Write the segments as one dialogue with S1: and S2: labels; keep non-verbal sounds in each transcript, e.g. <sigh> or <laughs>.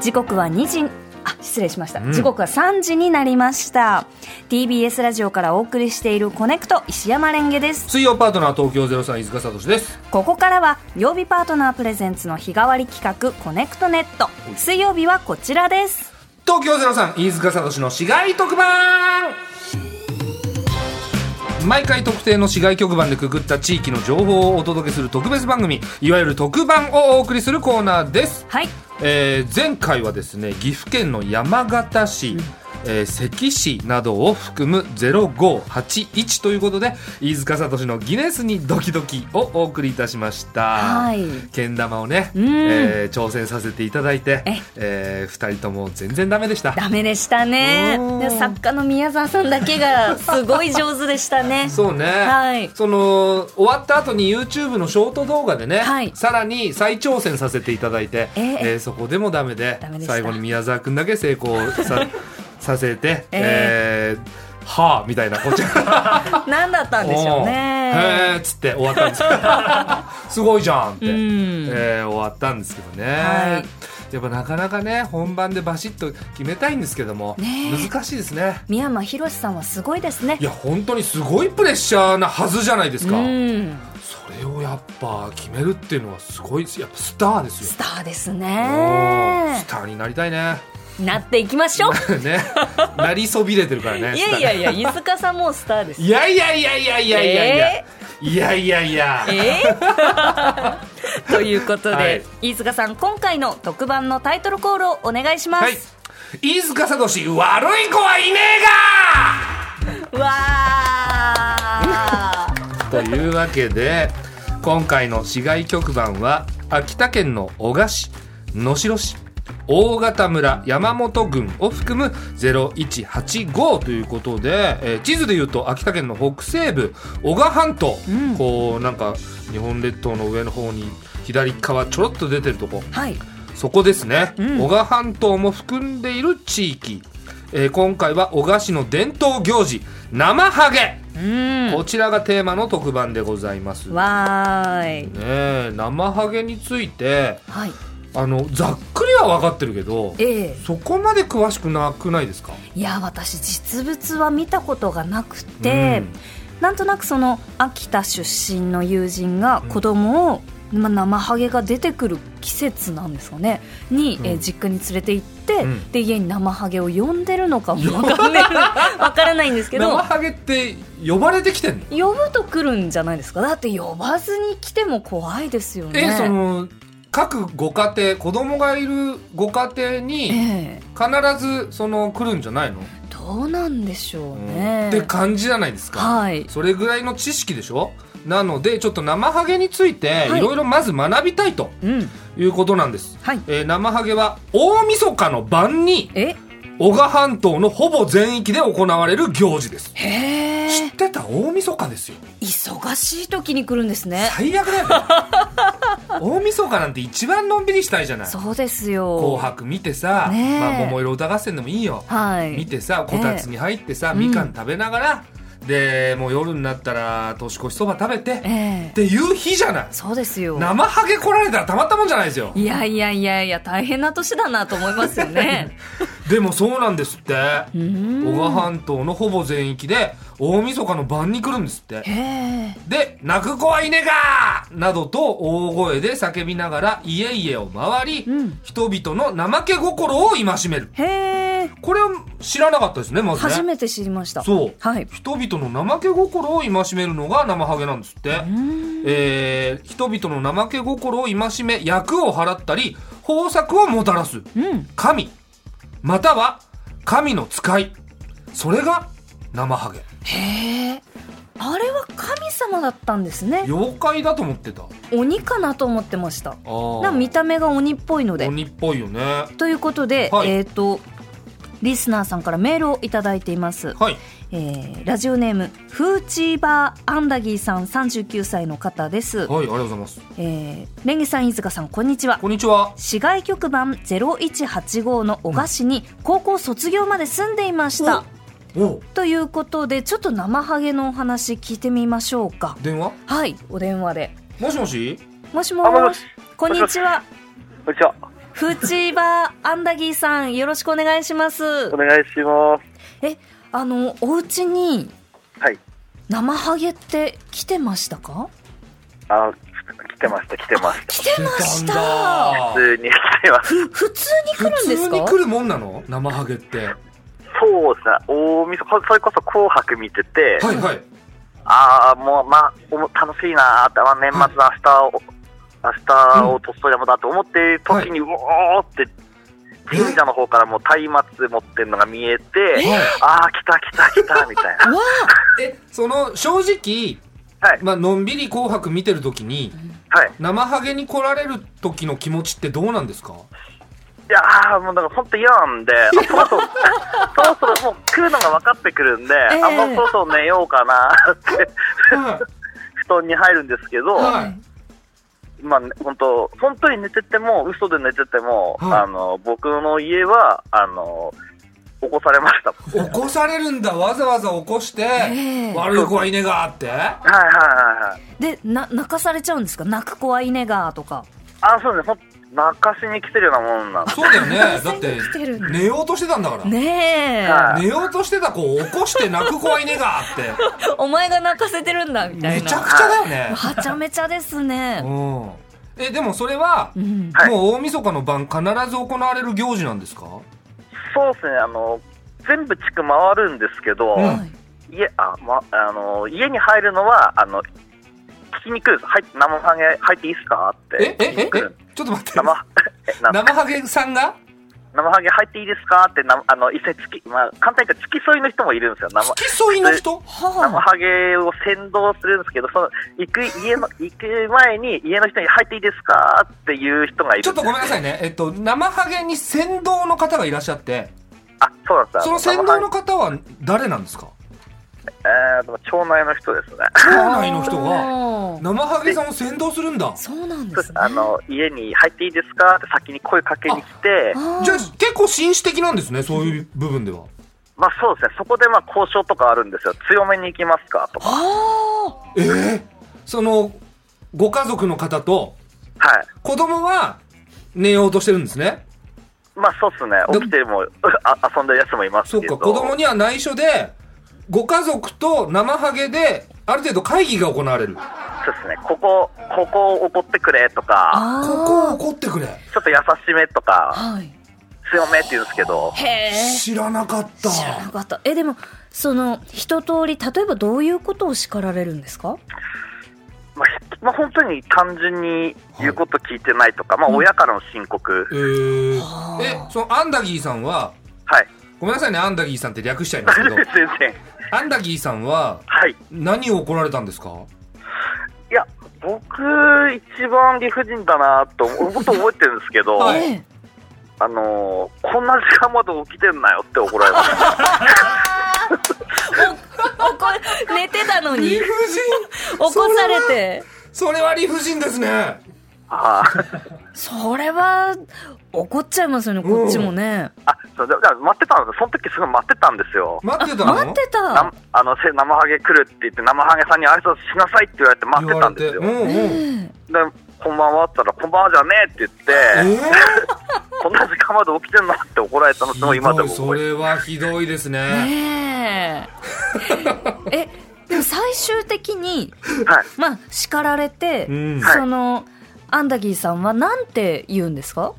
S1: 時刻は2時あ失礼しました、時刻は3時になりました TBS ラジオからお送りしている「コネクト」石山レンゲです
S2: 水曜パートナー東京03飯塚聡です
S1: ここからは曜日パートナープレゼンツの日替わり企画「コネクトネット」水曜日はこちらです
S2: 東京03飯塚聡の市街特番毎回特定の市街局番でくぐった地域の情報をお届けする特別番組いわゆる特番をお送りするコーナーです、
S1: はい
S2: えー前回はですね岐阜県の山形市、えー関市などを含む0581ということで飯塚聡のギネスにドキドキをお送りいたしました、
S1: はい
S2: けん玉をね、え
S1: ん
S2: ー挑戦させていただいて
S1: え、
S2: え2人とも全然ダメでした
S1: ダメでしたね
S2: うん
S1: で作家の宮沢さんだけがすごい上手でしたね
S2: <laughs> そうね、
S1: はい
S2: その終わった後に YouTube のショート動画でね、
S1: はい
S2: さらに再挑戦させていただいて、
S1: ええ
S2: ーそこでもダメで
S1: ダメでした
S2: 最後に宮沢君だけ成功
S1: <laughs>
S2: ささせて、
S1: え
S2: えーはあみたいなこっちら
S1: 何だったんでしょうね
S2: へえっつって終わったんです
S1: <laughs>
S2: よすごいじゃんって、
S1: うん
S2: えー終わったんですけどね、
S1: はい
S2: やっぱなかなかね本番でバシッと決めたいんですけども、
S1: ねえ
S2: 難しいですね
S1: 三山ひろしさんはすごいですね
S2: いや本当にすごいプレッシャーなはずじゃないです
S1: う
S2: か、
S1: ん
S2: それをやっぱ決めるっていうのはすごいやっぱスターです
S1: ス
S2: よ
S1: ターです
S2: うん
S1: ね
S2: スターになりたいね
S1: なっていきましょう
S2: ねなりそびれてるからね
S1: いやいやいや飯塚さんもうスターです
S2: いやいやいやいやいやいやいや、
S1: え
S2: いやいやいや
S1: えー <laughs> ということで、
S2: はい
S1: 飯塚さん今回の特番のタイトルコールをお願いしま
S2: はい
S1: す、
S2: 飯塚聡悪い子はいね
S1: わあ
S2: えがというわけで今回の市街局番は秋田県の男鹿市能代市大潟村山本郡を含む0185ということで、えー地図でいうと秋田県の北西部男鹿半島、
S1: うん
S2: こうなんか日本列島の上の方に左側ちょろっと出てる
S1: <laughs>
S2: とこ
S1: はい
S2: そこですね、
S1: うん
S2: 男鹿半島も含んでいる地域、えー今回は男鹿市の伝統行事生ハゲ、
S1: うん
S2: こちらがテーマの特番でございます、ね
S1: わーい
S2: え生ハゲについて
S1: はい
S2: あのざっくりは分かってるけど
S1: ええ
S2: そこまで詳しくなくないですか
S1: いや私実物は見たことがなくて、なんとなくその秋田出身の友人が子供を、まあ、生ハゲが出てくる季節なんですかねに、えー
S2: うん
S1: 実家に連れて行って、
S2: うん
S1: で家に生ハゲを呼んでるのかも分かんないわからないんですけど
S2: 生ハゲって呼ばれてきてんの
S1: 呼ぶと来るんじゃないですかだって呼ばずに来ても怖いですよね。
S2: えその各ご家庭子供がいるご家庭に
S1: ええ
S2: 必ずその来るんじゃないの、
S1: どうなんでしょう
S2: うん
S1: ね。
S2: って感じじゃないですか、
S1: はい、
S2: それぐらいの知識でしょなのでちょっと生ハゲについて
S1: はい
S2: いろいろまず学びたいと
S1: うん
S2: いうことなんです、
S1: はい、
S2: えー生ハゲは大晦日の晩に
S1: え
S2: 男鹿半島のほぼ全域で行われる行事です
S1: へえ
S2: 知ってた大晦日ですよ
S1: 忙しい時に来るんですね。
S2: 最悪だよ <laughs> 大晦日なんて一番のんびりしたいじゃない
S1: そうです
S2: 「
S1: よ。
S2: 紅白」見てさ「
S1: ねえ
S2: まあ、桃色歌合戦」でもいいよ、
S1: は
S2: 見
S1: い。
S2: てさこたつに入ってさ、
S1: ええ
S2: みかん食べながら、でもう夜になったら年越しそば食べて、
S1: え
S2: っ
S1: え
S2: ていう日じゃない
S1: そうですよ。
S2: 生ハゲ来られたらたまったもんじゃないですよ
S1: いやいやいやいや、大変な年だなと思いますよね。
S2: <laughs> でもそうなんですって
S1: うー
S2: 男
S1: ん。
S2: 鹿半島のほぼ全域で大晦日の晩に来るんですって
S1: へえ。
S2: で「泣く子はいねが!」などと大声で叫びながら家々を回り、
S1: うん
S2: 人々の怠け心を戒める
S1: へえ。
S2: これは知らなかったですねまずね
S1: 初めて知りました。
S2: そう
S1: はい。
S2: 人々の怠け心を戒めるのが生ハゲなんですって、
S1: うーん。
S2: えー人々の怠け心を戒め役を払ったり豊作をもたらす
S1: うん。
S2: 神または神の使いそれが生ハゲ
S1: へえ。あれは神様だったんですね。
S2: 妖怪だと思ってたあ
S1: 鬼かなと思ってました。
S2: ー
S1: なんか見た目が鬼っぽいので。
S2: 鬼っぽいよねは
S1: ということで、
S2: はい
S1: えっ、と、リスナーさんからメールをいただいています。
S2: い
S1: えーラジオネームフーチーバーアンダギーさん39歳の方です、
S2: はいありがとうございます
S1: えー、レンゲさん飯塚さんこんにちは
S2: こんにちは
S1: 市外局番0185の小菓子に高校卒業まで住んでいました、
S2: お
S1: ということでちょっと生ハゲのお話聞いてみましょうか
S2: 電話
S1: はいお電話で
S2: もしもし
S1: もし
S3: あ、も
S1: も
S3: しもし。
S1: こんにちは
S3: こんにちは。
S1: フチバアンダギーさん、よろしくお願いします。
S3: お願いします。
S1: え、あの、お家に
S3: はい。
S1: 生ハゲって来てましたか
S3: あ、来てました、来てました。
S1: 来てまし
S2: 出んだ
S1: た
S3: 普通に来てます。
S1: ふ、普通に来るんです
S2: 普通に
S1: か
S2: 来るもんなの生ハゲって。
S3: そうですね。大晦日、それこそ紅白見てて、
S2: はいはい。
S3: ああ、もう、まあ、おも楽しいなーって、まあ、年末の明日を、明日をとっそり山だと思ってる時に、うおーって、
S2: え
S3: 神社の方からもう松明持ってるのが見えて、
S2: はい
S3: ああ、来た来た来た、みたいな。
S1: わ
S2: え、その、正直、
S3: はい
S2: まあ、のんびり紅白見てるときに、
S3: はい。
S2: 生ハゲに来られる時の気持ちってどうなんですか
S3: いやーもうなんか本当嫌なんで、あそろそろ、そろそろもう食うのが分かってくるんで、
S1: ええ
S3: あ、もうそろそろ寝ようかなって、
S2: は
S3: 布団に入るんですけど、
S2: い。は
S3: まあ、ね本当、本当に寝てても、嘘で寝てても、
S2: はい
S3: あの、僕の家は、あの、起こされました。はい
S2: い。起こされるんだ。わざわざ起こして、
S1: ええ
S2: 悪い子はいねがって。
S3: はいはいはい。
S1: で、な、泣かされちゃうんですか泣く子はいねがとか。
S3: あ、そうですね、ほん泣かしに来てるようなもんなんで。
S2: そうだ
S1: <laughs>
S2: よね。だって
S1: 来てるんだ、
S2: 寝ようとしてたんだから。
S1: ねえ、
S3: は
S2: 寝ようとしてた子を起こして泣く子はいねが
S1: <laughs>
S2: って。
S1: お前が泣かせてるんだ、みた
S2: め
S1: い
S2: ちゃ
S1: な。
S2: くちゃだよね。
S1: はちゃめちゃですね。
S2: うん。え、でもそれは
S1: う、ん。
S3: はい
S2: もう大晦日の晩必ず行われる行事なんですか
S3: そうですね、あの、全部地区回るんですけど、
S2: うん
S1: はい
S3: 家あ、ま、あの家に入るのはあの聞きに来るんです入っ生ハゲ入っていいっすかっ
S2: え
S3: て、
S2: え、
S3: 聞き
S2: え
S3: に、来
S2: え
S3: るんです、
S2: ちょっと待って。
S3: 生 <laughs> えな
S2: 生ハゲさんが
S3: 生ハゲ入っていいですかってなあの一斉付き、まあ、簡単に言うと付き添いの人もいるんですよ生
S2: 付き添いの人
S3: 生
S1: はあ、
S3: ハゲを先導するんですけどその行く家の行く前に家の人に入っていいですかっていう人がいる
S2: ちょっとごめんなさ
S3: い
S2: いね。えっと、生ハゲに先導の方がいらっしゃって、
S3: あそうなんです
S2: その先導の方は誰なんですか
S3: 生ハゲえーと町内の人ですね
S2: 町内の人が、
S1: が
S2: 生ハゲさんを先導するんだ。
S1: そうなんで
S3: そうですす
S1: ね。
S3: あの家に入っていいですかって先に声かけに来て
S1: あー
S2: じゃあ、結構紳士的なんですね、そういう部分では。
S3: まあそうですね、そこでまあ交渉とかあるんですよ、強めに行きますかとか、
S1: あ
S2: ええその、ご家族の方と、
S3: はい、
S2: 子供は寝ようとしてるんですね。
S3: まあそうですね、起きてもあ遊んでるやつもいます
S2: そっ
S3: けど、
S2: か、子供には内緒で、ご家族と生ハゲで、ある程度会議が行われる。
S3: そうですね、ここ、ここを怒ってくれとか、
S1: あ
S2: こ
S1: ー
S2: こを怒ってくれ。
S3: ちょっと優しめとか、
S1: はい。
S3: 強めって言うんですけど、
S1: へえ。
S2: 知らなかった。
S1: 知らなかった。え、でも、その、一通り、例えばどういうことを叱られるんですか
S3: まあ、ひまあ本当に単純に言うこと聞いてないとか、まあ親からの申告
S2: え、ー
S1: あ、ー
S2: え、そのアンダギーさんは、
S3: はい、、
S2: ごめんなさいね、アンダギーさんって略しちゃいますけ
S1: <laughs>
S2: ど
S3: <laughs> 全然、
S2: アンダギーさんは
S3: はい。
S2: 何を怒られたんですか
S3: いや、僕、一番理不尽だなと思う、本当覚えてるんですけど、
S2: はい
S1: え
S3: あのーこんな時間まで起きてんなよって怒られました。
S2: <laughs>
S1: えおこ寝てたのに、起こ
S2: それ
S1: され
S2: は
S1: て。
S2: <laughs> それは理不尽ですね。
S3: あー
S1: それは、怒っちゃいますよね、こっちもね。
S3: あ、そうだだから待ってたんですよ。その時すごい待ってたんですよ。
S2: 待ってたの
S1: 待って
S3: な
S1: た。
S3: あの、せ生ハゲ来るって言って、生ハゲさんに挨拶しなさいって言われて待ってたんですよ。
S2: 言われてうんうん。
S1: ええ
S3: で、こんばんはって言ったら、こんばんはじゃねえって
S2: え
S3: 言って、
S2: ー
S3: こんな時間まで起きてんなって怒られたの
S2: ひ
S3: も今で
S2: どい
S3: も
S2: そ
S3: 覚えて
S2: れはひどいですね。
S1: ねえ。え、でも最終的に、
S3: はい。
S1: まあ、叱られて、
S2: うん
S3: はい
S1: その、アンダギーさんはなんて言うんですか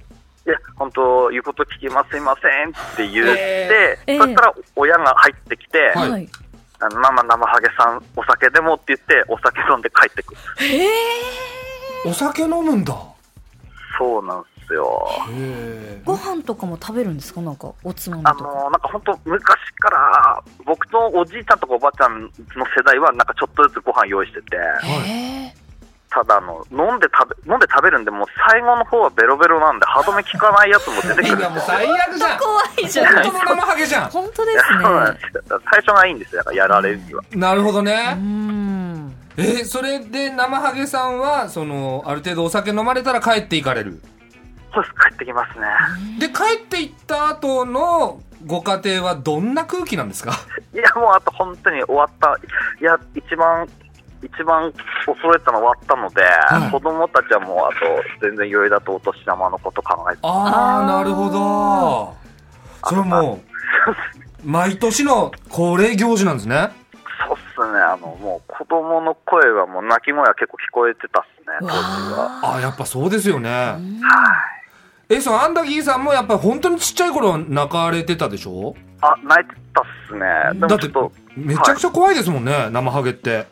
S3: いや、本当言うこと聞きますいませんって言って、
S1: えー
S3: そしたら親が入ってきて、
S2: はい
S3: あのママ生ハゲさんお酒でもって言って、お酒飲んで帰ってくる。
S1: ええ
S2: お酒飲むんだ。
S3: そうなんですよ。
S2: え
S1: ご飯とかも食べるんですかなんか、おつまみ
S3: あ
S1: とか。
S3: のーなんか本当、昔から、僕とおじいちゃんとかおばあちゃんの世代は、なんかちょっとずつご飯用意してて、
S2: はい
S1: え
S3: ただあの、飲んで食べ、飲んで食べるんで、もう最後の方はベロベロなんで、歯止め効かないやつも出てく
S2: み
S3: る
S2: ん
S3: ん
S2: な
S3: です
S2: もう最悪じゃん。
S1: 怖いじゃ
S2: 本
S1: な
S2: 当
S1: い
S2: の生ハゲじゃ
S1: 本当で
S3: よ。そうなん
S1: す
S3: ですよ。だから最初がいいんですよ、だからやられるには。
S2: ん。なるほど
S1: ね。う
S2: ね。
S1: ん。
S2: えーそれで生ハゲさんは、その、ある程度お酒飲まれたら帰っていかれる。
S3: そうです、帰ってきますね。
S2: で、帰っていった後のご家庭はどんな空気なんですか
S3: いや、もうあと本当に終わった、いや、一番一番恐れたの割ったので、
S2: はい
S3: 子供たちはもうあと全然余裕だとお年玉のこと考えて
S2: ああ
S1: あー
S2: なるほどそれもう毎年の恒例行事なんですね
S3: そうっすねあのもう子供の声はもう泣き声は結構聞こえてたっすね当時は
S2: あーやっぱそうですよ
S1: う
S2: ね
S1: ん
S2: えそのアンダギーさんもやっぱり本当にちっちゃい頃は泣かれてたでしょ
S3: あ泣いてたっすねで
S2: だ
S3: も
S2: っ
S3: ち
S2: て
S3: ょっと
S2: めちゃくちゃ怖いですもんね、生ハゲって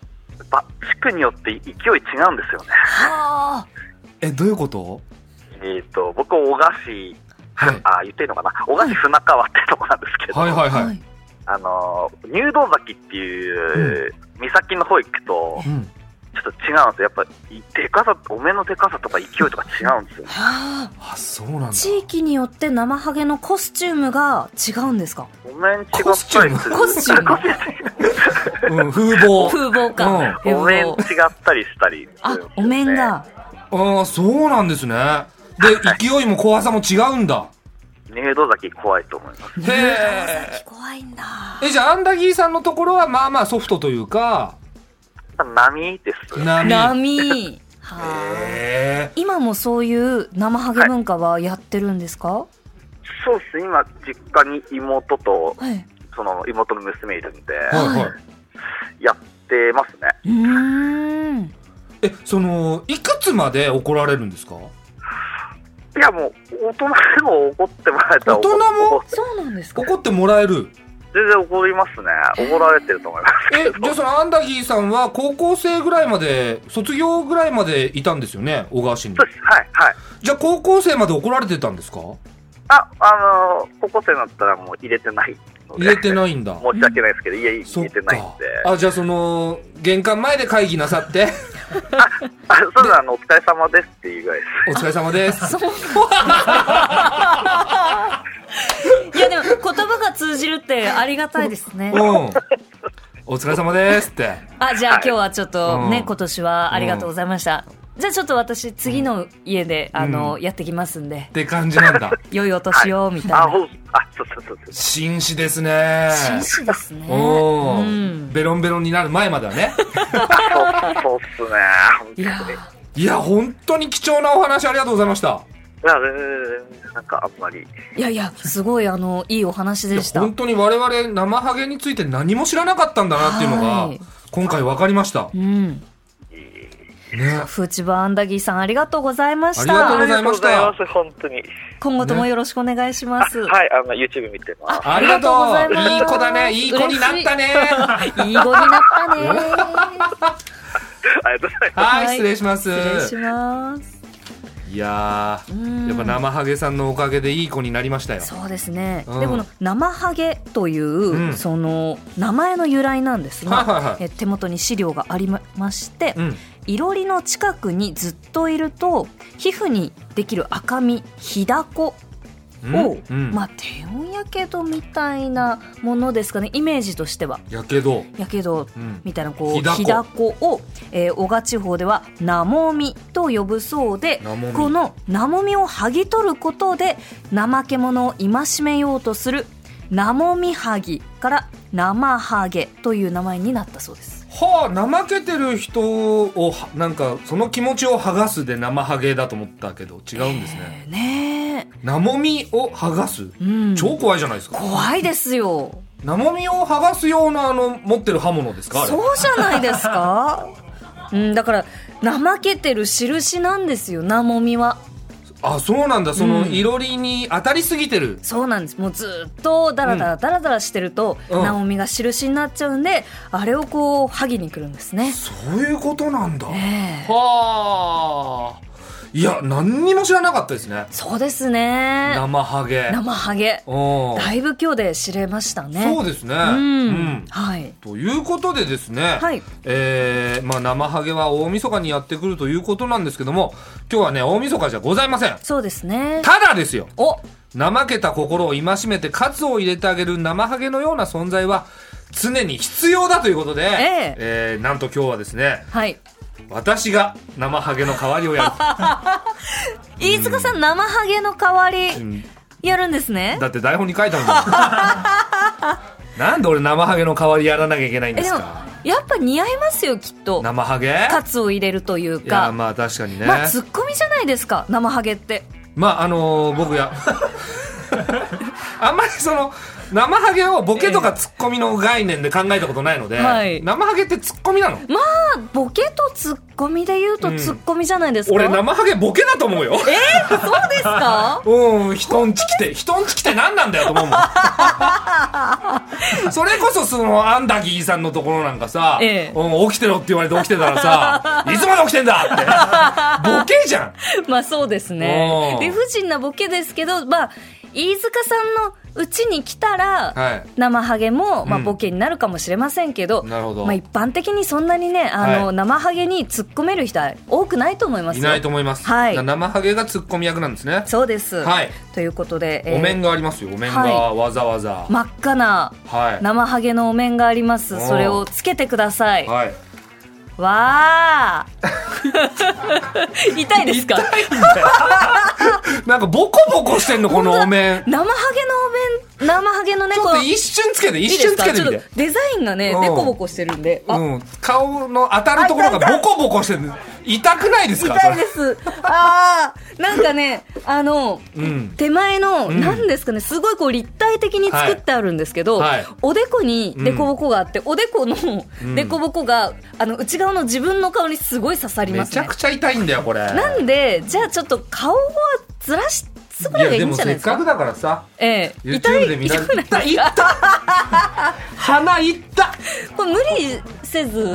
S3: ば地区によって勢い違うんですよね
S1: はあ
S2: えどういうこと
S3: えっ、と僕小菓子
S2: はい
S3: あ言っていいのかな小菓子船川ってとこなんですけど、
S2: はいはいはい、
S1: はい
S3: あの入道崎っていう岬の方行くと
S2: うん、
S3: ちょっと違うんですよやっぱりでかさお目のでかさとか勢いとか違うんですよね
S1: はあ
S2: あそうなんだ
S1: 地域によって生ハゲのコスチュームが違うんですか
S3: お面違ったりする
S2: コスチューム
S1: コスチューム
S3: コスチュー
S2: う
S3: ム
S2: ん、風貌
S1: 風貌か、風
S3: お面違
S1: 貌
S3: ったりしたりするん
S1: あ
S3: ですよね
S1: お面だ
S2: ああそうなんですねで勢いも怖さも違うんだ
S3: 入道崎怖いと思います
S2: へ
S1: ね
S2: え
S1: え怖いんだ
S2: えじゃあアンダギーさんのところはまあまあソフトというか
S3: 波ですね
S2: 波
S1: 波はあ
S2: へえ
S1: 今もそういう生ハゲ文化はやってるんですか
S3: そうですね今実家に妹と
S1: はい
S3: その妹の娘いるんで
S2: はいはい
S3: やってますね
S1: うーん
S2: えそのいくつまで怒られるんですか
S3: いやもう大人でも怒ってもらえたら怒
S2: 大人も
S3: 怒
S1: そうなんですか
S2: 怒ってもらえる
S3: 全然怒りますね怒られてると思います
S2: <laughs> えじゃあそのアンダギーさんは高校生ぐらいまで卒業ぐらいまでいたんですよね小川市に
S3: そうですはいはい
S2: じゃあ高校生まで怒られてたんですか
S3: ああのー高校生になったらもう入れてないので
S2: 入れてないんだ
S3: 申し訳ないですけど、いや、
S2: そ
S3: 入
S2: っ
S3: れてないん
S2: か
S3: で。
S2: あじゃあその玄関前で会議なさって
S3: <laughs> あ、そうですあの、お疲れ様ですっていうぐらいで
S2: お疲
S3: す。
S2: れ様です
S1: そういやでも言葉が通じるってありがたいですね
S2: うん。お疲れ様ですって。
S1: あじゃあ今日はちょっとね、
S2: うん
S1: 今年はありがとうございました、じゃあちょっと私次の家で、あの
S2: うん
S1: やってきますんで
S2: って感じなんだ。
S1: 良いお年をみたい
S3: あ、
S1: な、
S3: ほん、あ、そうそう
S2: <laughs>
S3: そうそう。
S2: 紳士ですね。
S1: 紳士ですね
S2: お
S1: う
S2: ー
S1: ん
S2: ベロンベロンになる前まではね。
S3: そうそうっすね。本当
S1: い
S3: に。い
S1: や
S3: や、
S1: ー
S2: いや、本当に貴重なお話ありがとうございました。
S3: 全然なんかあんまり。
S1: いやいやすごいあのいいお話でした
S2: 本当に我々生ハゲについて何も知らなかったんだなっていうのが
S1: はい、
S2: 今回分かりました。
S1: うん
S2: ね。
S1: フーチバーアンダギーさんありがとうございまし
S2: ありがとうござい
S1: た
S2: ました
S3: ありがとうございます、本当に。
S1: 今後ともよろしくお願いします、
S3: はい、あの、YouTube 見てます。
S2: ありがと
S1: ありがとうございま
S2: う。
S1: す
S2: いい子だね。いい子になったね。
S1: いい子になったね
S3: ありがとうございます。
S2: はい、失礼します。
S1: 失礼します
S2: いや
S1: うん
S2: ー、やっぱ生ハゲさんのおかげでいい子になりましたよ。
S1: そうですね、
S2: うん
S1: でこの「生ハゲ」という、
S2: うん
S1: その名前の由来なんです
S2: <laughs> はい
S1: が、
S2: はいはい。
S1: え手元に資料がありままして、
S2: うん。
S1: いろりの近くにずっといると皮膚にできる赤みひだこを、
S2: うん
S1: まあ低温やけどみたいなものですかねイメージとしては
S2: やけど。
S1: やけど
S2: うん。
S1: みたいなこう
S2: ひだこ
S1: ひだこを、えー小賀地方では「なもみ」と呼ぶそうで
S2: なもみ
S1: このなもみを剥ぎ取ることで怠け者を戒めようとする「なもみ剥ぎ」から「生ハゲ」という名前になったそうです。
S2: はあ怠けてる人をはなんかその気持ちを剥がすで生ハゲだと思ったけど違うんですね、
S1: えーね
S2: なもみを剥がす
S1: えうん、
S2: 超怖いじゃないですか、
S1: 怖いですよ
S2: なもみを剥がす用のあの持ってる刃物ですかあれ
S1: そうじゃないです
S2: <laughs>
S1: かうんだから怠けてる印なんですよなもみは。
S2: あそうなんだその
S1: うん
S2: いろりに当たりすぎてる、
S1: そうなんですもうずっとダラダラダラダラしてると、
S2: うん
S1: ナオミが印になっちゃうんであれをこう剥ぎに来るんですね。
S2: そういうことなんだ、
S1: ええ
S2: はあいや何にも知らなかったですね
S1: そうですね
S2: 生ハゲ
S1: 生ハゲ
S2: うん
S1: だいぶ今日で知れましたね。
S2: そう
S1: う
S2: ですね
S1: ん、
S2: うん
S1: はい、
S2: ということでですね、
S1: はい
S2: えーまあ、生ハゲは大晦日にやってくるということなんですけども今日はね大晦日じゃございません
S1: そうですね。
S2: ただですよ
S1: お
S2: 怠けた心を戒めて喝を入れてあげる生ハゲのような存在は常に必要だということで、え
S1: え
S2: ーなんと今日はですね
S1: はい
S2: 私が生ハゲの代わりをや
S1: 飯塚さん生ハゲの代わ
S2: る、
S1: りやるんですね。
S2: だって
S1: <laughs>
S2: 台本に書いてあるんだもんなんで俺生ハゲの代わりやらなきゃいけないん
S1: え
S2: で
S1: ですも
S2: か
S1: やっぱ似合いますよきっと
S2: 生ハゲ
S1: カツを入れるという
S2: いや
S1: か
S2: まあ確かにね、
S1: まあツッコミじゃないですか生ハゲって
S2: まああ
S1: <laughs>
S2: のー僕やあんまりその生ハゲをボケとかツッコミの概念で考えたことないので、
S1: はい
S2: 生ハゲってツッコミなの
S1: まあボケとツッコミで言うと
S2: うん
S1: ツッコミじゃないですか、
S2: 俺生ハゲボケだと思うよ
S1: そうです
S2: <laughs>
S1: か
S2: うん人んち来て人んち来て何なんだよと
S1: <laughs>
S2: 思うもんそれこそそのアンダギーさんのところなんかさ、
S1: ええ
S2: うん、起きてろって言われて起きてたら
S1: <laughs>
S2: さいつまで起きてんだってボケじゃん
S1: まあそうですね
S2: おー
S1: 理不尽なボケですけどまあ飯塚さんのうちに来たら、
S2: はい
S1: 生ハゲも、まあ、
S2: うん
S1: ボケになるかもしれませんけど,、
S2: なるほど
S1: まあ、一般的にそんなにねあの、
S2: はい
S1: 生ハゲに突っ込める人は多くないと思います
S2: い
S1: よ
S2: ないと思います、
S1: はい
S2: 生ハゲがツッコミ役なんですね
S1: そうです、
S2: はい
S1: ということで、えー
S2: お面がありますよお面が、
S1: は
S2: わざわざ
S1: 真っ赤な
S2: はい
S1: 生ハゲのお面があります
S2: おー
S1: それをつけてください
S2: はい
S1: わあ痛いですか
S2: 痛いんだよ <laughs> なんかボコボコしてんのこのお面
S1: 生ハゲのお面生ハゲのね
S2: ちょ
S1: こ
S2: っと
S1: の
S2: 一瞬つけて一
S1: いいです
S2: 瞬つ
S1: か
S2: けてみ
S1: ちょ
S2: て
S1: っとデザインがね
S2: うん
S1: デコボコしてるんで、あ
S2: うん、顔の当たるところがボコボコしてる痛くないですか
S1: 痛い
S2: <laughs>
S1: ですああなんかねあの
S2: それうん
S1: 手前の、
S2: うん
S1: なんですかねすごいこう立体的に作ってあるんですけど、
S2: はいはい
S1: おでこに
S2: うん
S1: デコボコがあって、おでこの
S2: ん
S1: デコボコが、あの内側の自分の顔にすごい刺さり
S2: め
S1: ます
S2: ちゃ
S1: ね
S2: くちゃ痛いんだよこれ
S1: なんでじゃあちょっと顔をずらしすぐ
S2: い
S1: らいが
S2: や
S1: い
S2: で
S1: いん
S2: も
S1: じゃない
S2: せっ
S1: ですか
S2: かくだからさ
S1: ええ痛
S2: YouTube で
S1: い
S2: 見られ
S1: 痛くな
S2: て
S1: いです
S2: 痛
S1: か
S2: い鼻いった
S1: <laughs> これ無理せず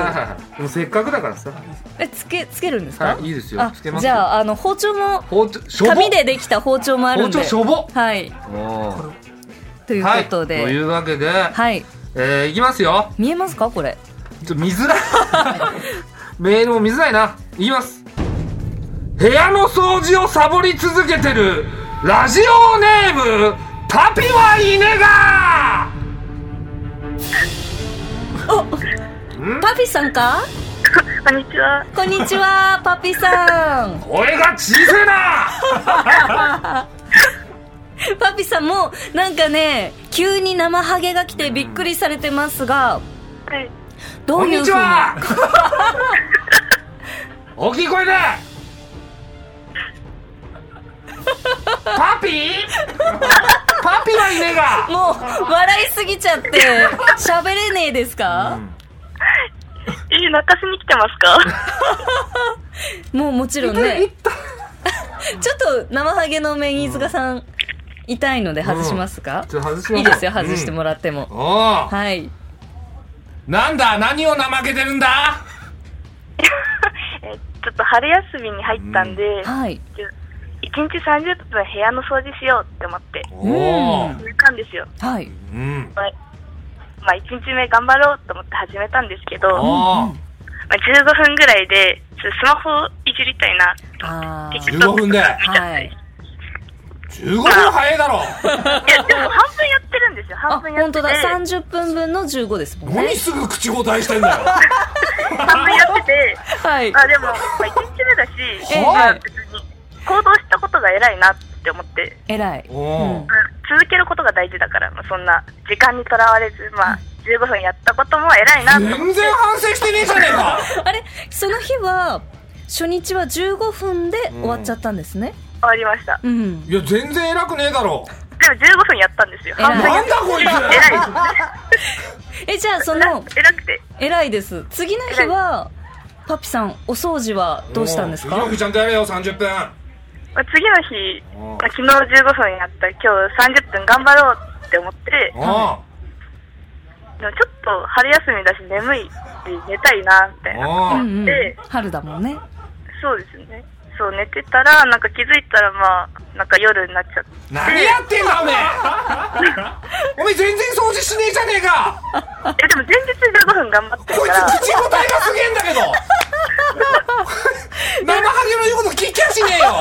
S2: でもせっかくだからさ
S1: えつけつけるんですか、
S2: はいいいですよ
S1: あ
S2: つけます
S1: じゃああの包丁も
S2: 包丁しょぼ
S1: 紙でできた包丁もある
S2: 包
S1: んで
S2: 丁しょぼ
S1: はい
S2: も
S1: といううことで、
S2: はい、と
S1: はいいう
S2: わけで、えー、いきますよ
S1: 見えますかこれ
S2: ちょっと見づらいメールも見づらいないきます部屋の掃除をサボり続けてるラジオネームパピは犬が
S1: パピさんか
S4: こんにちは。
S1: こんにち
S2: <laughs>
S1: は、パピさん。
S2: 声が小せえな
S1: パピさんも、なんかね、急に生ハゲが来てびっくりされてますが、
S4: はい。
S1: ど
S2: こ
S1: うんい
S2: に
S1: う
S2: ち
S1: ふう
S2: は
S1: な。
S2: 大きい声でパピーパピは犬が
S1: もう、笑いすぎちゃって、喋れねえですか、
S4: え、泣かしに来てますか
S1: もうもちろんね。ちょっと生ハゲの面、飯塚さん、痛いので外しますか、
S2: ちょっと外しましょう
S1: いいですよ、外してもらっても。
S2: うんおー
S1: はい。
S2: なんだ何を怠けてるんだ
S4: え、ちょっと春休みに入ったんで、
S1: はい。
S4: 一1日30分部屋の掃除しようって思って、
S2: おー
S1: う
S4: 寝たんですよ。
S1: はい。
S2: うん
S4: まあ、まあ、1日目頑張ろうと思って始めたんですけど、まあ、
S2: おー
S4: 15分ぐらいで、ちょっとスマホいじりたいなと
S1: あ
S4: 思って、
S1: ー
S4: TikTok
S2: 15分で
S4: 見ちゃっ
S1: は
S4: て
S1: い。
S2: 15分早いだろ
S4: いや、でも半分やってるんですよ。
S1: あ、
S4: 半分やっ
S1: 本
S4: て
S1: 当だ。
S4: て。
S1: 30分分の15ですもんね
S2: 何。すぐ口答えしてんだよ
S4: 半分やってて、
S1: はい。
S4: あ、でも、まあ、1日目だし、
S1: <laughs> え
S4: ま
S2: は
S4: あ、
S2: い
S4: 別に行動したことが偉いなって思って、
S1: 偉い。
S2: おー
S4: 続けることが大事だから、まあ、そんな時間にとらわれず、まあ、15分やったことも偉いなと思って
S2: 全然反省してねえじゃねえか
S1: あれその日は初日は15分で終わっちゃったんですね。
S4: 終わりました。
S1: うん。
S2: いや全然偉くねえだろ
S4: でも15分やったんですよ。
S1: 偉い
S4: 半分や
S2: な
S4: っ
S2: んだこい
S4: て
S2: つ
S4: 偉い
S1: えじゃあその
S4: です。偉くて。
S1: 偉いです。次の日はパピさんお掃除はどうしたんです
S2: おー次
S1: か
S2: の？日ちゃんとやれよ30分
S4: まあ、次の日、
S2: お
S4: ま
S2: う
S4: あ、昨日15分やった、今日30分頑張ろうって思って、で
S2: お
S4: も
S2: ー
S4: ちょっと春休みだし眠いし、寝たいな、みたいな。
S2: お
S1: う
S2: ー
S1: んうん
S4: で。
S1: 春だもんね。
S4: そうですね。そう、寝てたら、なんか気づいたら、まあ、なんか夜になっちゃって。
S2: 何やってんだおめえ <laughs> おめえ全然掃除しねえじゃねえか
S4: え、でも前日15分頑張ってる
S2: こい
S4: から、
S2: つ口答えがすげえんだ
S1: <laughs>
S2: けど生ハゲの言うこと聞きゃしねえよ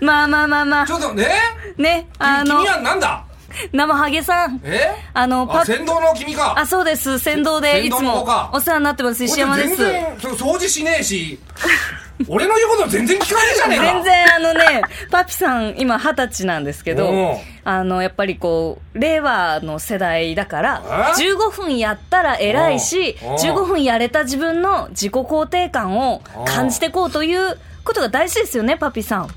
S1: まあまあまあま
S2: ちょっとね
S1: あねあ
S2: 君
S1: の
S2: はなんだ
S1: 生ハゲさん。
S2: え
S1: あの、
S2: あ、先導の君か
S1: あ、そうです。先導でいつ
S2: 先導の
S1: も
S2: 子か
S1: お世話になってます。石山です。
S2: 俺全然、そ掃除しねえし、 <laughs> 俺の言うこと全然聞かねえじゃねえか。
S1: 全然あのね、パピさん今二十歳なんですけ
S2: うん
S1: ど、あの、やっぱりこう、令和の世代だから、
S2: え
S1: 15分やったら偉いし、
S2: うんうん
S1: 15分やれた自分の自己肯定感を感じてこうということが大事ですよね、パピさん。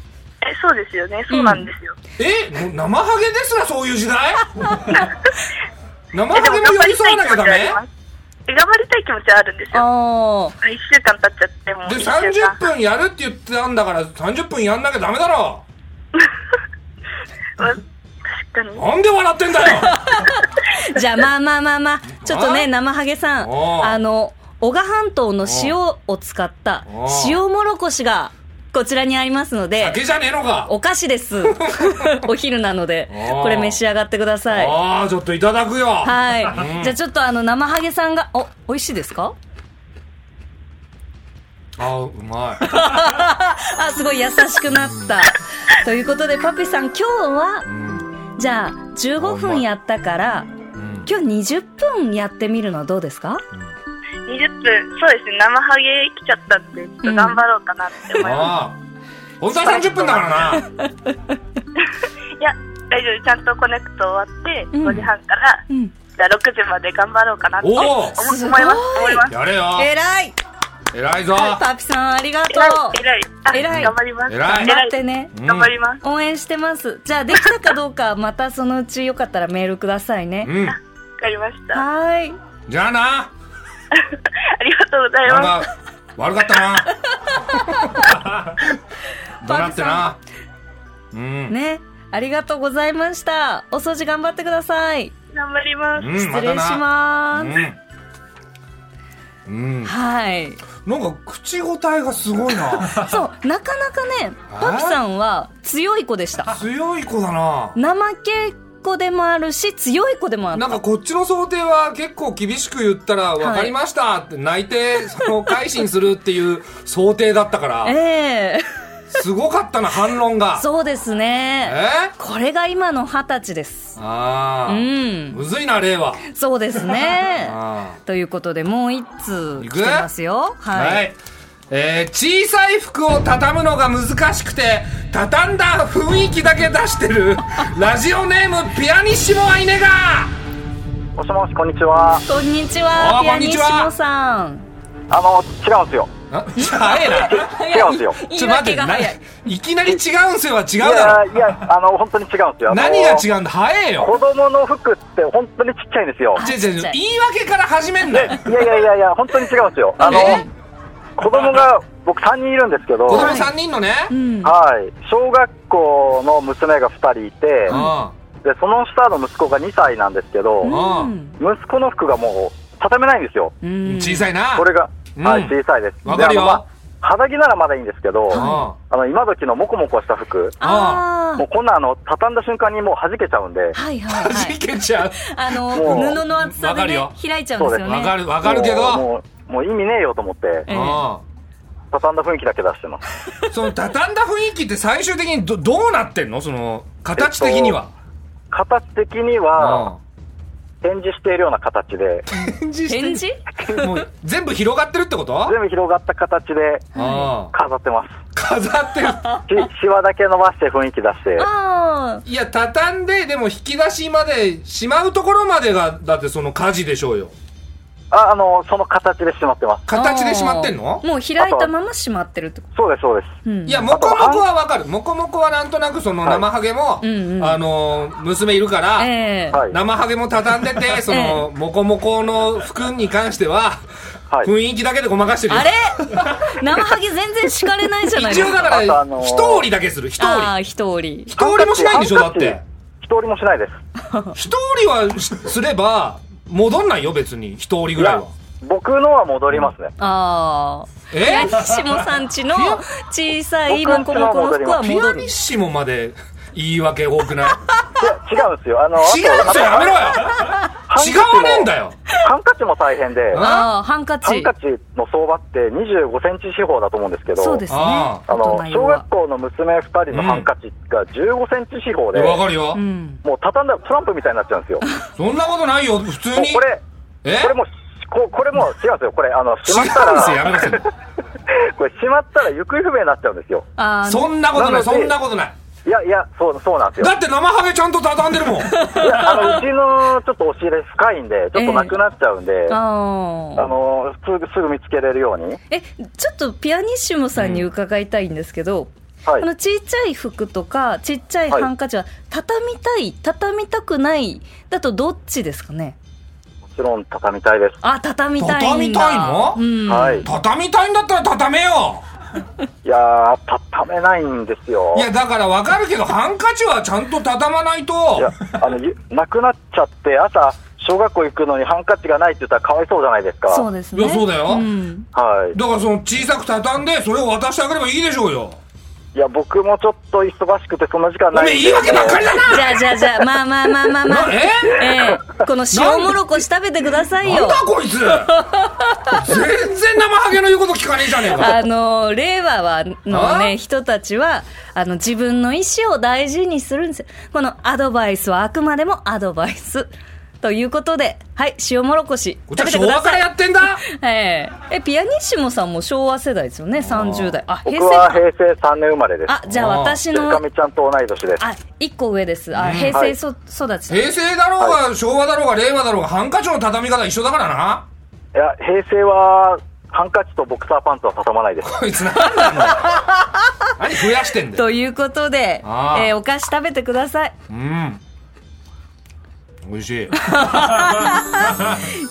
S4: えそうですよねそうなんですよ、
S2: えもう生ハゲですらそういう時代 <laughs> 生ハ
S4: えで
S2: ゲ
S4: も
S2: も
S4: 頑張
S2: 寄
S4: り
S2: り添
S4: たい
S2: わ
S4: 気
S2: な
S4: 持
S2: きゃダ
S4: ちはあり
S2: メ
S4: ますえ頑張りたい気持ちはあるんです
S1: あ
S4: よ
S1: あ。
S4: 1週間経っちゃってもう
S2: で、
S4: 一週間
S2: 30分やるって言ってたんだから、30分やんなきゃダメだろ
S4: は確かに
S2: なんで笑ってん
S1: <laughs>
S2: だよ
S1: じゃあまあまあまあまあ、ちょっとね、
S2: あ
S1: 生ハゲさん、
S2: おう
S1: あの、男鹿半島の塩を使った
S2: おう
S1: 塩もろこしがこちらにありますので、
S2: 酒じゃねえのか
S1: お菓子
S2: <laughs>
S1: です。お昼なので
S2: お、う
S1: これ召し上がってください。
S2: ああ、ちょっといただくよ。
S1: はい。じゃあちょっとあの、生ハゲさんが、お、美味しいですか
S2: あーうま。
S1: あ、すごい優しくなった。ということで、パピさん、今日はい
S2: う、ん。
S1: じゃあ、15分やったから、
S2: うん。
S1: 今日20分やってみるのはどうですか
S4: 20分そうですね生ハゲ来ちゃったんでちょっと頑張ろうかなって思いま
S2: ああ。本当は30分だからな。
S4: す、いや大丈夫ちゃんとコネクト終わって、
S1: うん
S4: 5時半から
S1: うん。
S4: じゃあ6時まで頑張ろうかなって
S2: お
S4: 思
S2: お
S4: 思います思います
S2: やれよ。
S1: 偉い
S2: 偉いぞ。
S1: パピさん、ありがとう
S4: 偉い偉
S1: 偉
S4: い
S1: い
S4: あ頑張ります
S2: 偉い
S1: 頑張ってね。
S2: うん
S4: 頑張ります、
S1: 応援してます。じゃあ、できたかどうか、またそのうちよかったらメールくださいね。
S2: うん。
S4: わかりました
S1: はーい。
S2: じゃあな。
S4: ありがとうござい
S2: なん
S4: ま
S2: か、悪かったな。
S1: <laughs>
S2: どうなってな。うん。
S1: ね。ありがとうございました。お掃除頑張ってください。
S4: す。頑張ります。
S2: うん、
S1: 失礼し
S2: ま
S1: ま
S2: た
S1: す。
S2: な。うん。うん。
S1: はい。
S2: なんか、口答えがすご
S1: <laughs>
S2: いな。 <laughs>
S1: そう、なかなかね、
S2: あー
S1: パピさんは強い子でした。
S2: 強い子だな。
S1: 怠けっ子でもあるし、強い子でもある
S2: なんかこっちの想定は結構厳しく言ったら、わかりましたって泣いて、その、改心するっていう <laughs> 想定だったから、
S1: ええ
S2: すごかったな、反論が。
S1: <laughs> そうです
S2: え
S1: ね。
S2: ー
S1: これが今の二十歳です。
S2: ああ。
S1: うん。
S2: むずいな、令和。
S1: そうですね。
S2: あ
S1: ということで、もう一通
S2: い
S1: 来
S2: く
S1: てますよ。
S2: あ
S1: はい。
S2: はい。えー、小さい服を畳むのが難しくて、畳んだ雰囲気だけ出し
S1: <laughs>
S2: てる、ラジオネームピアニッシモアイネガ
S3: もしもし、こんにちは。
S1: こんにち
S2: あ
S1: は、
S2: ー
S1: ピアニッシ
S2: こん
S1: モ
S2: にち
S1: さん。
S3: あの、違うんですよ。
S2: ーあ、早いな。
S3: 違うんですよ。
S1: <laughs> 言
S2: ち
S1: い
S2: ょっと待っ
S1: 訳
S2: て、
S1: が
S2: な
S1: 早い。
S2: いきなり違うんすよは違う
S3: い
S2: だろ。
S3: や、いや、あの、本当に違うんですよ。あの
S2: 何が違うんだ早えよ
S3: 子供の服って本当にちっちゃいんですよ。
S1: あ
S2: 違う違
S1: ちっ
S2: う
S1: ちゃい
S2: 言い訳から始めんなよ
S3: いやいやいやいや、本当に違うんですよ。あの、
S2: え
S3: 子供が、僕3人いるんですけど、
S2: 子
S3: は
S2: 供三人のね、
S1: うん。
S3: い、小学校の娘が2人いて、で、その下の息子が2歳なんですけど、
S2: あ
S1: うん
S3: 息子の服がもう、畳めないんですよ。
S2: うん
S1: うん
S2: 小さいな
S3: これが、
S2: うん
S3: はい、小さいです。
S2: わかるよ
S3: であのまあ肌着ならまだいいんですけど、
S2: あ
S3: あの、今時のモコモコした服、
S1: あ
S3: もう
S1: あ。
S3: こんなあの、畳んだ瞬間にもう弾けちゃうんで、
S1: はいはい
S2: あ
S1: は
S2: 弾
S1: い。
S2: けちゃう
S1: あの、
S3: もう
S1: 布の厚さでね
S2: わかる、
S1: 開いちゃうんですよね。
S2: わかるわかるけど
S3: もう、もうもう意味ねえよと思って、
S1: ええ
S2: あ
S3: 畳んだ雰囲気だけ出してます。
S2: あその畳んだ雰囲気って最終的にどどうなってんのその形的には、
S3: 形的には、展示しているような形で、
S2: 展示
S1: 返
S2: し
S1: 事 <laughs>
S2: てもう全部広がってるってことあ
S3: 全部広がった形で
S2: あ
S3: 飾ってます。
S2: 飾ってる
S3: し、シワだけ伸ばして雰囲気出して、
S1: ああ。
S2: いや畳んででも引き出しまでしまうところまでがだってその火事でしょうよ
S3: あ、あの、その形でしまってます。
S2: 形でしまってんの
S1: もう開いたまま閉まってるってこ
S3: そうです、そうです。
S1: と。うん
S2: いや、、モコモコはわかる。モコモコはなんとなくその
S3: はい
S2: 生ハゲも、
S1: うんうん
S2: あのー、娘いるから、
S1: ええ。
S3: はい。
S2: 生ハゲも畳んでて、その、モコモコの服に関しては、
S3: はい。
S2: 雰囲気だけでごまかしてるよ
S1: あれ生ハゲ全然敷かれないじゃないで
S2: <laughs> 一
S1: す
S2: 応
S1: か。
S2: だか
S3: あとあ
S2: ら、
S3: のー
S2: 一折りだけする、一
S1: あ
S2: 折
S1: あ、
S2: り。
S1: 一折り。
S2: 一折りもしないんでしょ、だって。
S3: 一人もしないです。
S2: 一折りはしすれば、戻んないよ、別に。一折りぐらいは。
S3: 僕のは戻りますね。
S1: ああ。ピア
S2: え
S1: ニッシモさんちの小さいモコモコの服は
S2: ピア
S1: 戻
S2: ニ
S1: る
S2: ッ。シモまで言い訳多くない
S3: <laughs> いや違うんですよ。あの、あ
S2: 違うんすよ、やめろよ
S3: と、ハンカチ
S2: 違
S3: も
S2: わねえんだよ
S3: ハンカチも大変で、
S2: あ
S1: ああハンカ
S3: ハン
S1: チ
S3: カチの相場って25センチ四方だと思うんですけど、
S1: そうですね
S2: あ
S3: あの
S1: 大人用
S3: 小
S1: は
S3: 学校の娘2人のハンカチが15センチ四方で、
S2: わかるよ、
S1: うん
S3: もう畳んだらトランプみたいになっちゃうんですよ。
S2: そんなことないよ普通
S3: もう
S2: に
S3: これ、
S2: え
S3: これもう、ここれもう違うんですよ。これ、あの、
S2: 違
S3: し
S2: う
S3: ま
S2: んで
S3: った
S2: すよやめ
S3: ら、
S2: なさい
S3: これしまったら行方不明になっちゃうんですよ。
S1: ああ
S2: そんなことない
S3: なの
S2: そ
S3: で
S2: んなことない
S3: いやいや、そう、そうなんですよ
S2: だ。って生ハゲちゃんと畳んでる
S3: <laughs>
S2: もん
S3: いや、あの、うちのちょっと押し入れ深いんで、ちょっとなくなっちゃうんで、あ
S1: あー
S3: の、すぐ、すぐ見つけれるように。
S1: えちょっとピアニッシモさんに伺いたいんですけど、
S3: はい
S1: あ。のちっちゃい服とかちっちゃいハンカチは畳みたい畳みたくないだとどっちですかね
S3: もちろん畳みたいです。
S1: あ畳みたいんだ
S2: 畳みたいの
S1: うん
S3: はい。
S2: 畳みたいんだったら畳めよ
S3: いやー、畳めないんですよ。
S2: いやだからわかるけどハンカチはちゃんと畳まない
S3: い
S2: と
S3: や、あの、ゆなくなっちゃって、朝、小学校行くのにハンカチがないって言ったらかわいそうじゃないですか。
S1: そうです
S2: い
S1: ね
S2: やそうだよ
S1: ん
S3: はい。
S2: だからその小さく畳んでそれを渡してあげればいいでしょうよ
S3: いや、僕もちょっと忙しくて、そんな時間
S2: お
S3: ないん
S2: め
S3: で。
S2: え言い訳ばっかりだな
S1: じゃあじゃあじゃあまあまあまあまあまあ
S2: なえ
S1: ええこの塩もろこし食べてください
S2: なん
S1: よ
S2: だ
S1: <laughs>
S2: こいつ全然生ハゲの言うこと聞かねえじゃねえか
S1: あの令和はの
S2: あ
S1: ね人たちはあの自分の意思を大事にするんですよこのアドバイスはあくまでもアドバイスということではい塩もろこし
S2: こっ
S1: 食
S2: ちは
S1: べてくだ
S2: 昭和か
S1: さ
S2: ら
S1: い
S2: やって
S1: <laughs>
S2: んだ
S1: えええピアニッシモさんも昭和世代ですよね30代あ
S3: 僕
S1: 平成
S3: は
S1: か
S3: 平成3年生まれです。
S1: あじゃあ
S2: あー
S1: 私
S3: で
S1: の
S3: かみちゃんと同い年です。
S1: あ一個上ですあ平成そ育ち
S2: 平成だろうが昭和だろうが令和だろうがハンカチの畳み方一緒だからない
S3: や、平成は、ハンカチとボクサーパンツは畳まないです。
S2: こいつ何なの何増やしてんだよ
S1: ということで、え
S2: あー
S1: ーお菓子食べてください
S2: うん美味しい美味し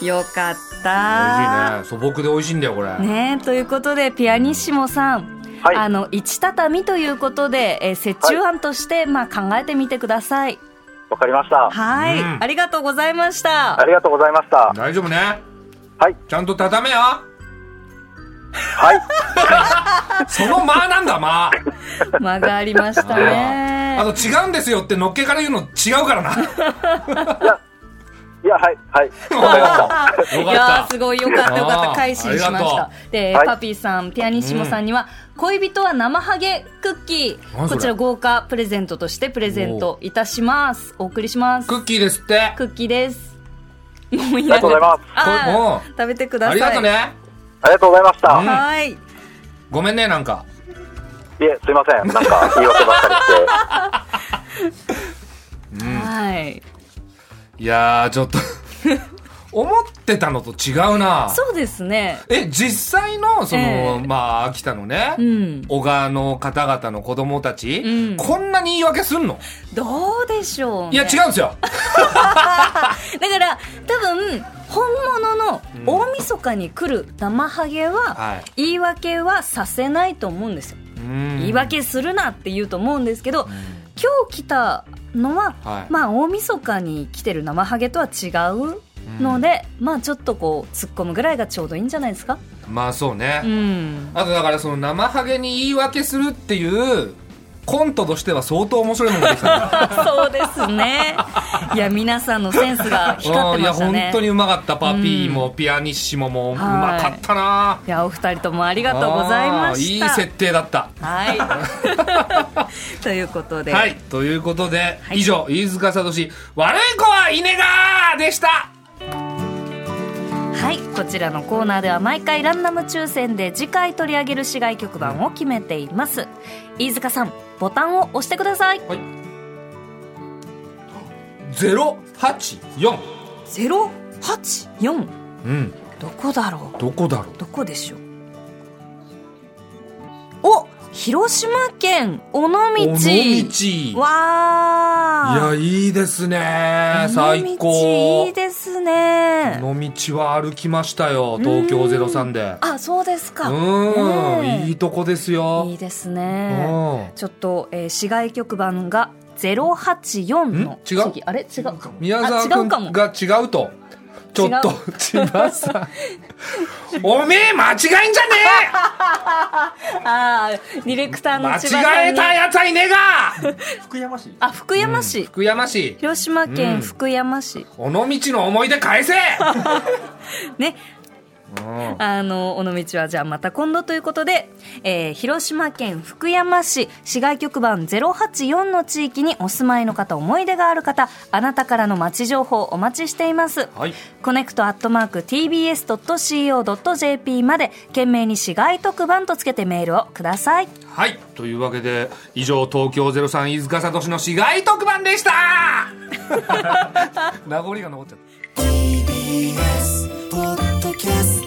S2: いね
S1: よかった
S2: 素朴で美味しいんだよこれ
S1: ねえということでピアニッシモさん、
S3: はい
S1: あの一畳ということで、えー折衷案として、まあ、考えてみてください
S3: わかりました。
S1: はい、
S2: うん
S1: ありがとうございました
S3: ありがとうございました。
S2: 大丈夫ね
S3: はい。
S2: ちゃんと畳めよ
S3: はい。
S2: その間なんだ間
S1: 間がありま
S2: <laughs>
S1: した
S2: あ
S1: ね
S2: と違うんですよってのっけから言うの違うからな
S3: いや、はい。はい。わ
S1: <laughs>
S3: かりました。
S1: あー
S2: よ
S1: い
S2: かった
S1: やーすごいよかったよかっ
S2: あ
S1: た
S2: ー
S1: 改心しまし
S2: あ
S1: たで、
S3: はい
S1: パピーさんピアニッシモさんには、恋人は生ハゲクッキ
S2: 何
S1: ー
S2: それ
S1: こちら豪華プレゼントとしてプレゼントいたしますお送りします
S2: クッキーですって
S1: クッキーですもうい
S3: ありがとうございます。
S1: あ
S2: こ
S1: ー食べてくださ
S2: あ
S1: い
S2: りがとね
S3: ありがとうございまし
S2: うん
S3: た。
S1: はい
S2: ごめんねなんか
S3: いえ、すいません。なんか、言い訳ばっかりして。
S1: はい。
S2: いやーちょっと <laughs> 思ってたのと違うな
S1: そうですね。
S2: え実際のその、
S1: ええ
S2: まあ秋田のね、
S1: うん
S2: 小川の方々の子供たち、
S1: うん
S2: こんなに言い訳すんの、
S1: どうでしょう、ね。
S2: い
S1: <laughs>
S2: や違うんですよ
S1: だから、多分、本物の大晦日に来る生ハゲ
S2: は、
S1: はい言い訳はさせないと思うんですよ。言
S2: 言
S1: い訳するなって言うと思うんですけど、今日来たのは、
S2: はい
S1: まあ大晦日に来てる生ハゲとは違うので、まあちょっとこう、突っ込むぐらいがちょうどいいんじゃないですか。
S2: まあそうね、
S1: うん。
S2: あとだからその生ハゲに言い訳するっていうコントとしては相当面白いものができたね
S1: そうですね。いや、皆さんのセンスが <laughs> 光
S2: う
S1: っ
S2: んい
S1: て
S2: や
S1: ましたね。
S2: 本当にうまかったパピーもピアニッシモもうまかったない
S1: やお二人ともあり
S2: あ
S1: がとうございました。
S2: ーいい設定だった
S1: はい。と <laughs> いうことで、
S2: はいということで、
S1: い
S2: 以上飯塚聡悪い子は稲がでした
S1: はいこちらのコーナーでは毎回ランダム抽選で次回取り上げる市外局番を決めています。飯塚さんボタンを押してください。
S2: 084
S1: ゼロ八四
S2: うん
S1: どこだろ
S2: どこだろ
S1: うどこでしょう。お広島県尾道。
S2: う尾道
S1: わ
S2: い
S1: あ。
S2: やいいですね
S1: 尾道
S2: 最
S1: い
S2: 高
S1: いですね。
S2: の道は歩きましたよ東京03で
S1: あそうですか。
S2: うん
S1: ねえ
S2: いいとこですよ
S1: いいです
S2: う
S1: ね。
S2: ん
S1: ちょっと、えー、市外局番が084の
S2: ん違う
S1: 次あれ違うかも。
S2: 宮沢
S1: あ違うかも
S2: 君。が違うとちょっと
S1: <laughs>
S2: 千葉さんおめえ間違いんじゃね
S1: ああディレクター
S2: 間
S1: の千葉さん
S2: 違え
S1: に
S2: たやつはいねえが
S5: 福山市
S1: あ福山市、
S2: 福山市
S1: 広島
S2: うん
S1: 県福山市、
S2: 尾道の思い出返せ
S1: ね
S2: うん
S1: あの尾道はじゃあまた今度ということで、えー広島県福山市市外局番084の地域にお住まいの方思い出がある方あなたからの街情報お待ちしています、
S5: はい
S1: コネクトアットマーク TBS.CO.JP まで懸命に市外特番とつけてメールをください
S2: はいというわけで以上東京03飯塚聡の市街特番でした <laughs> 名残が残っちゃった
S6: TBS ポッドキャスト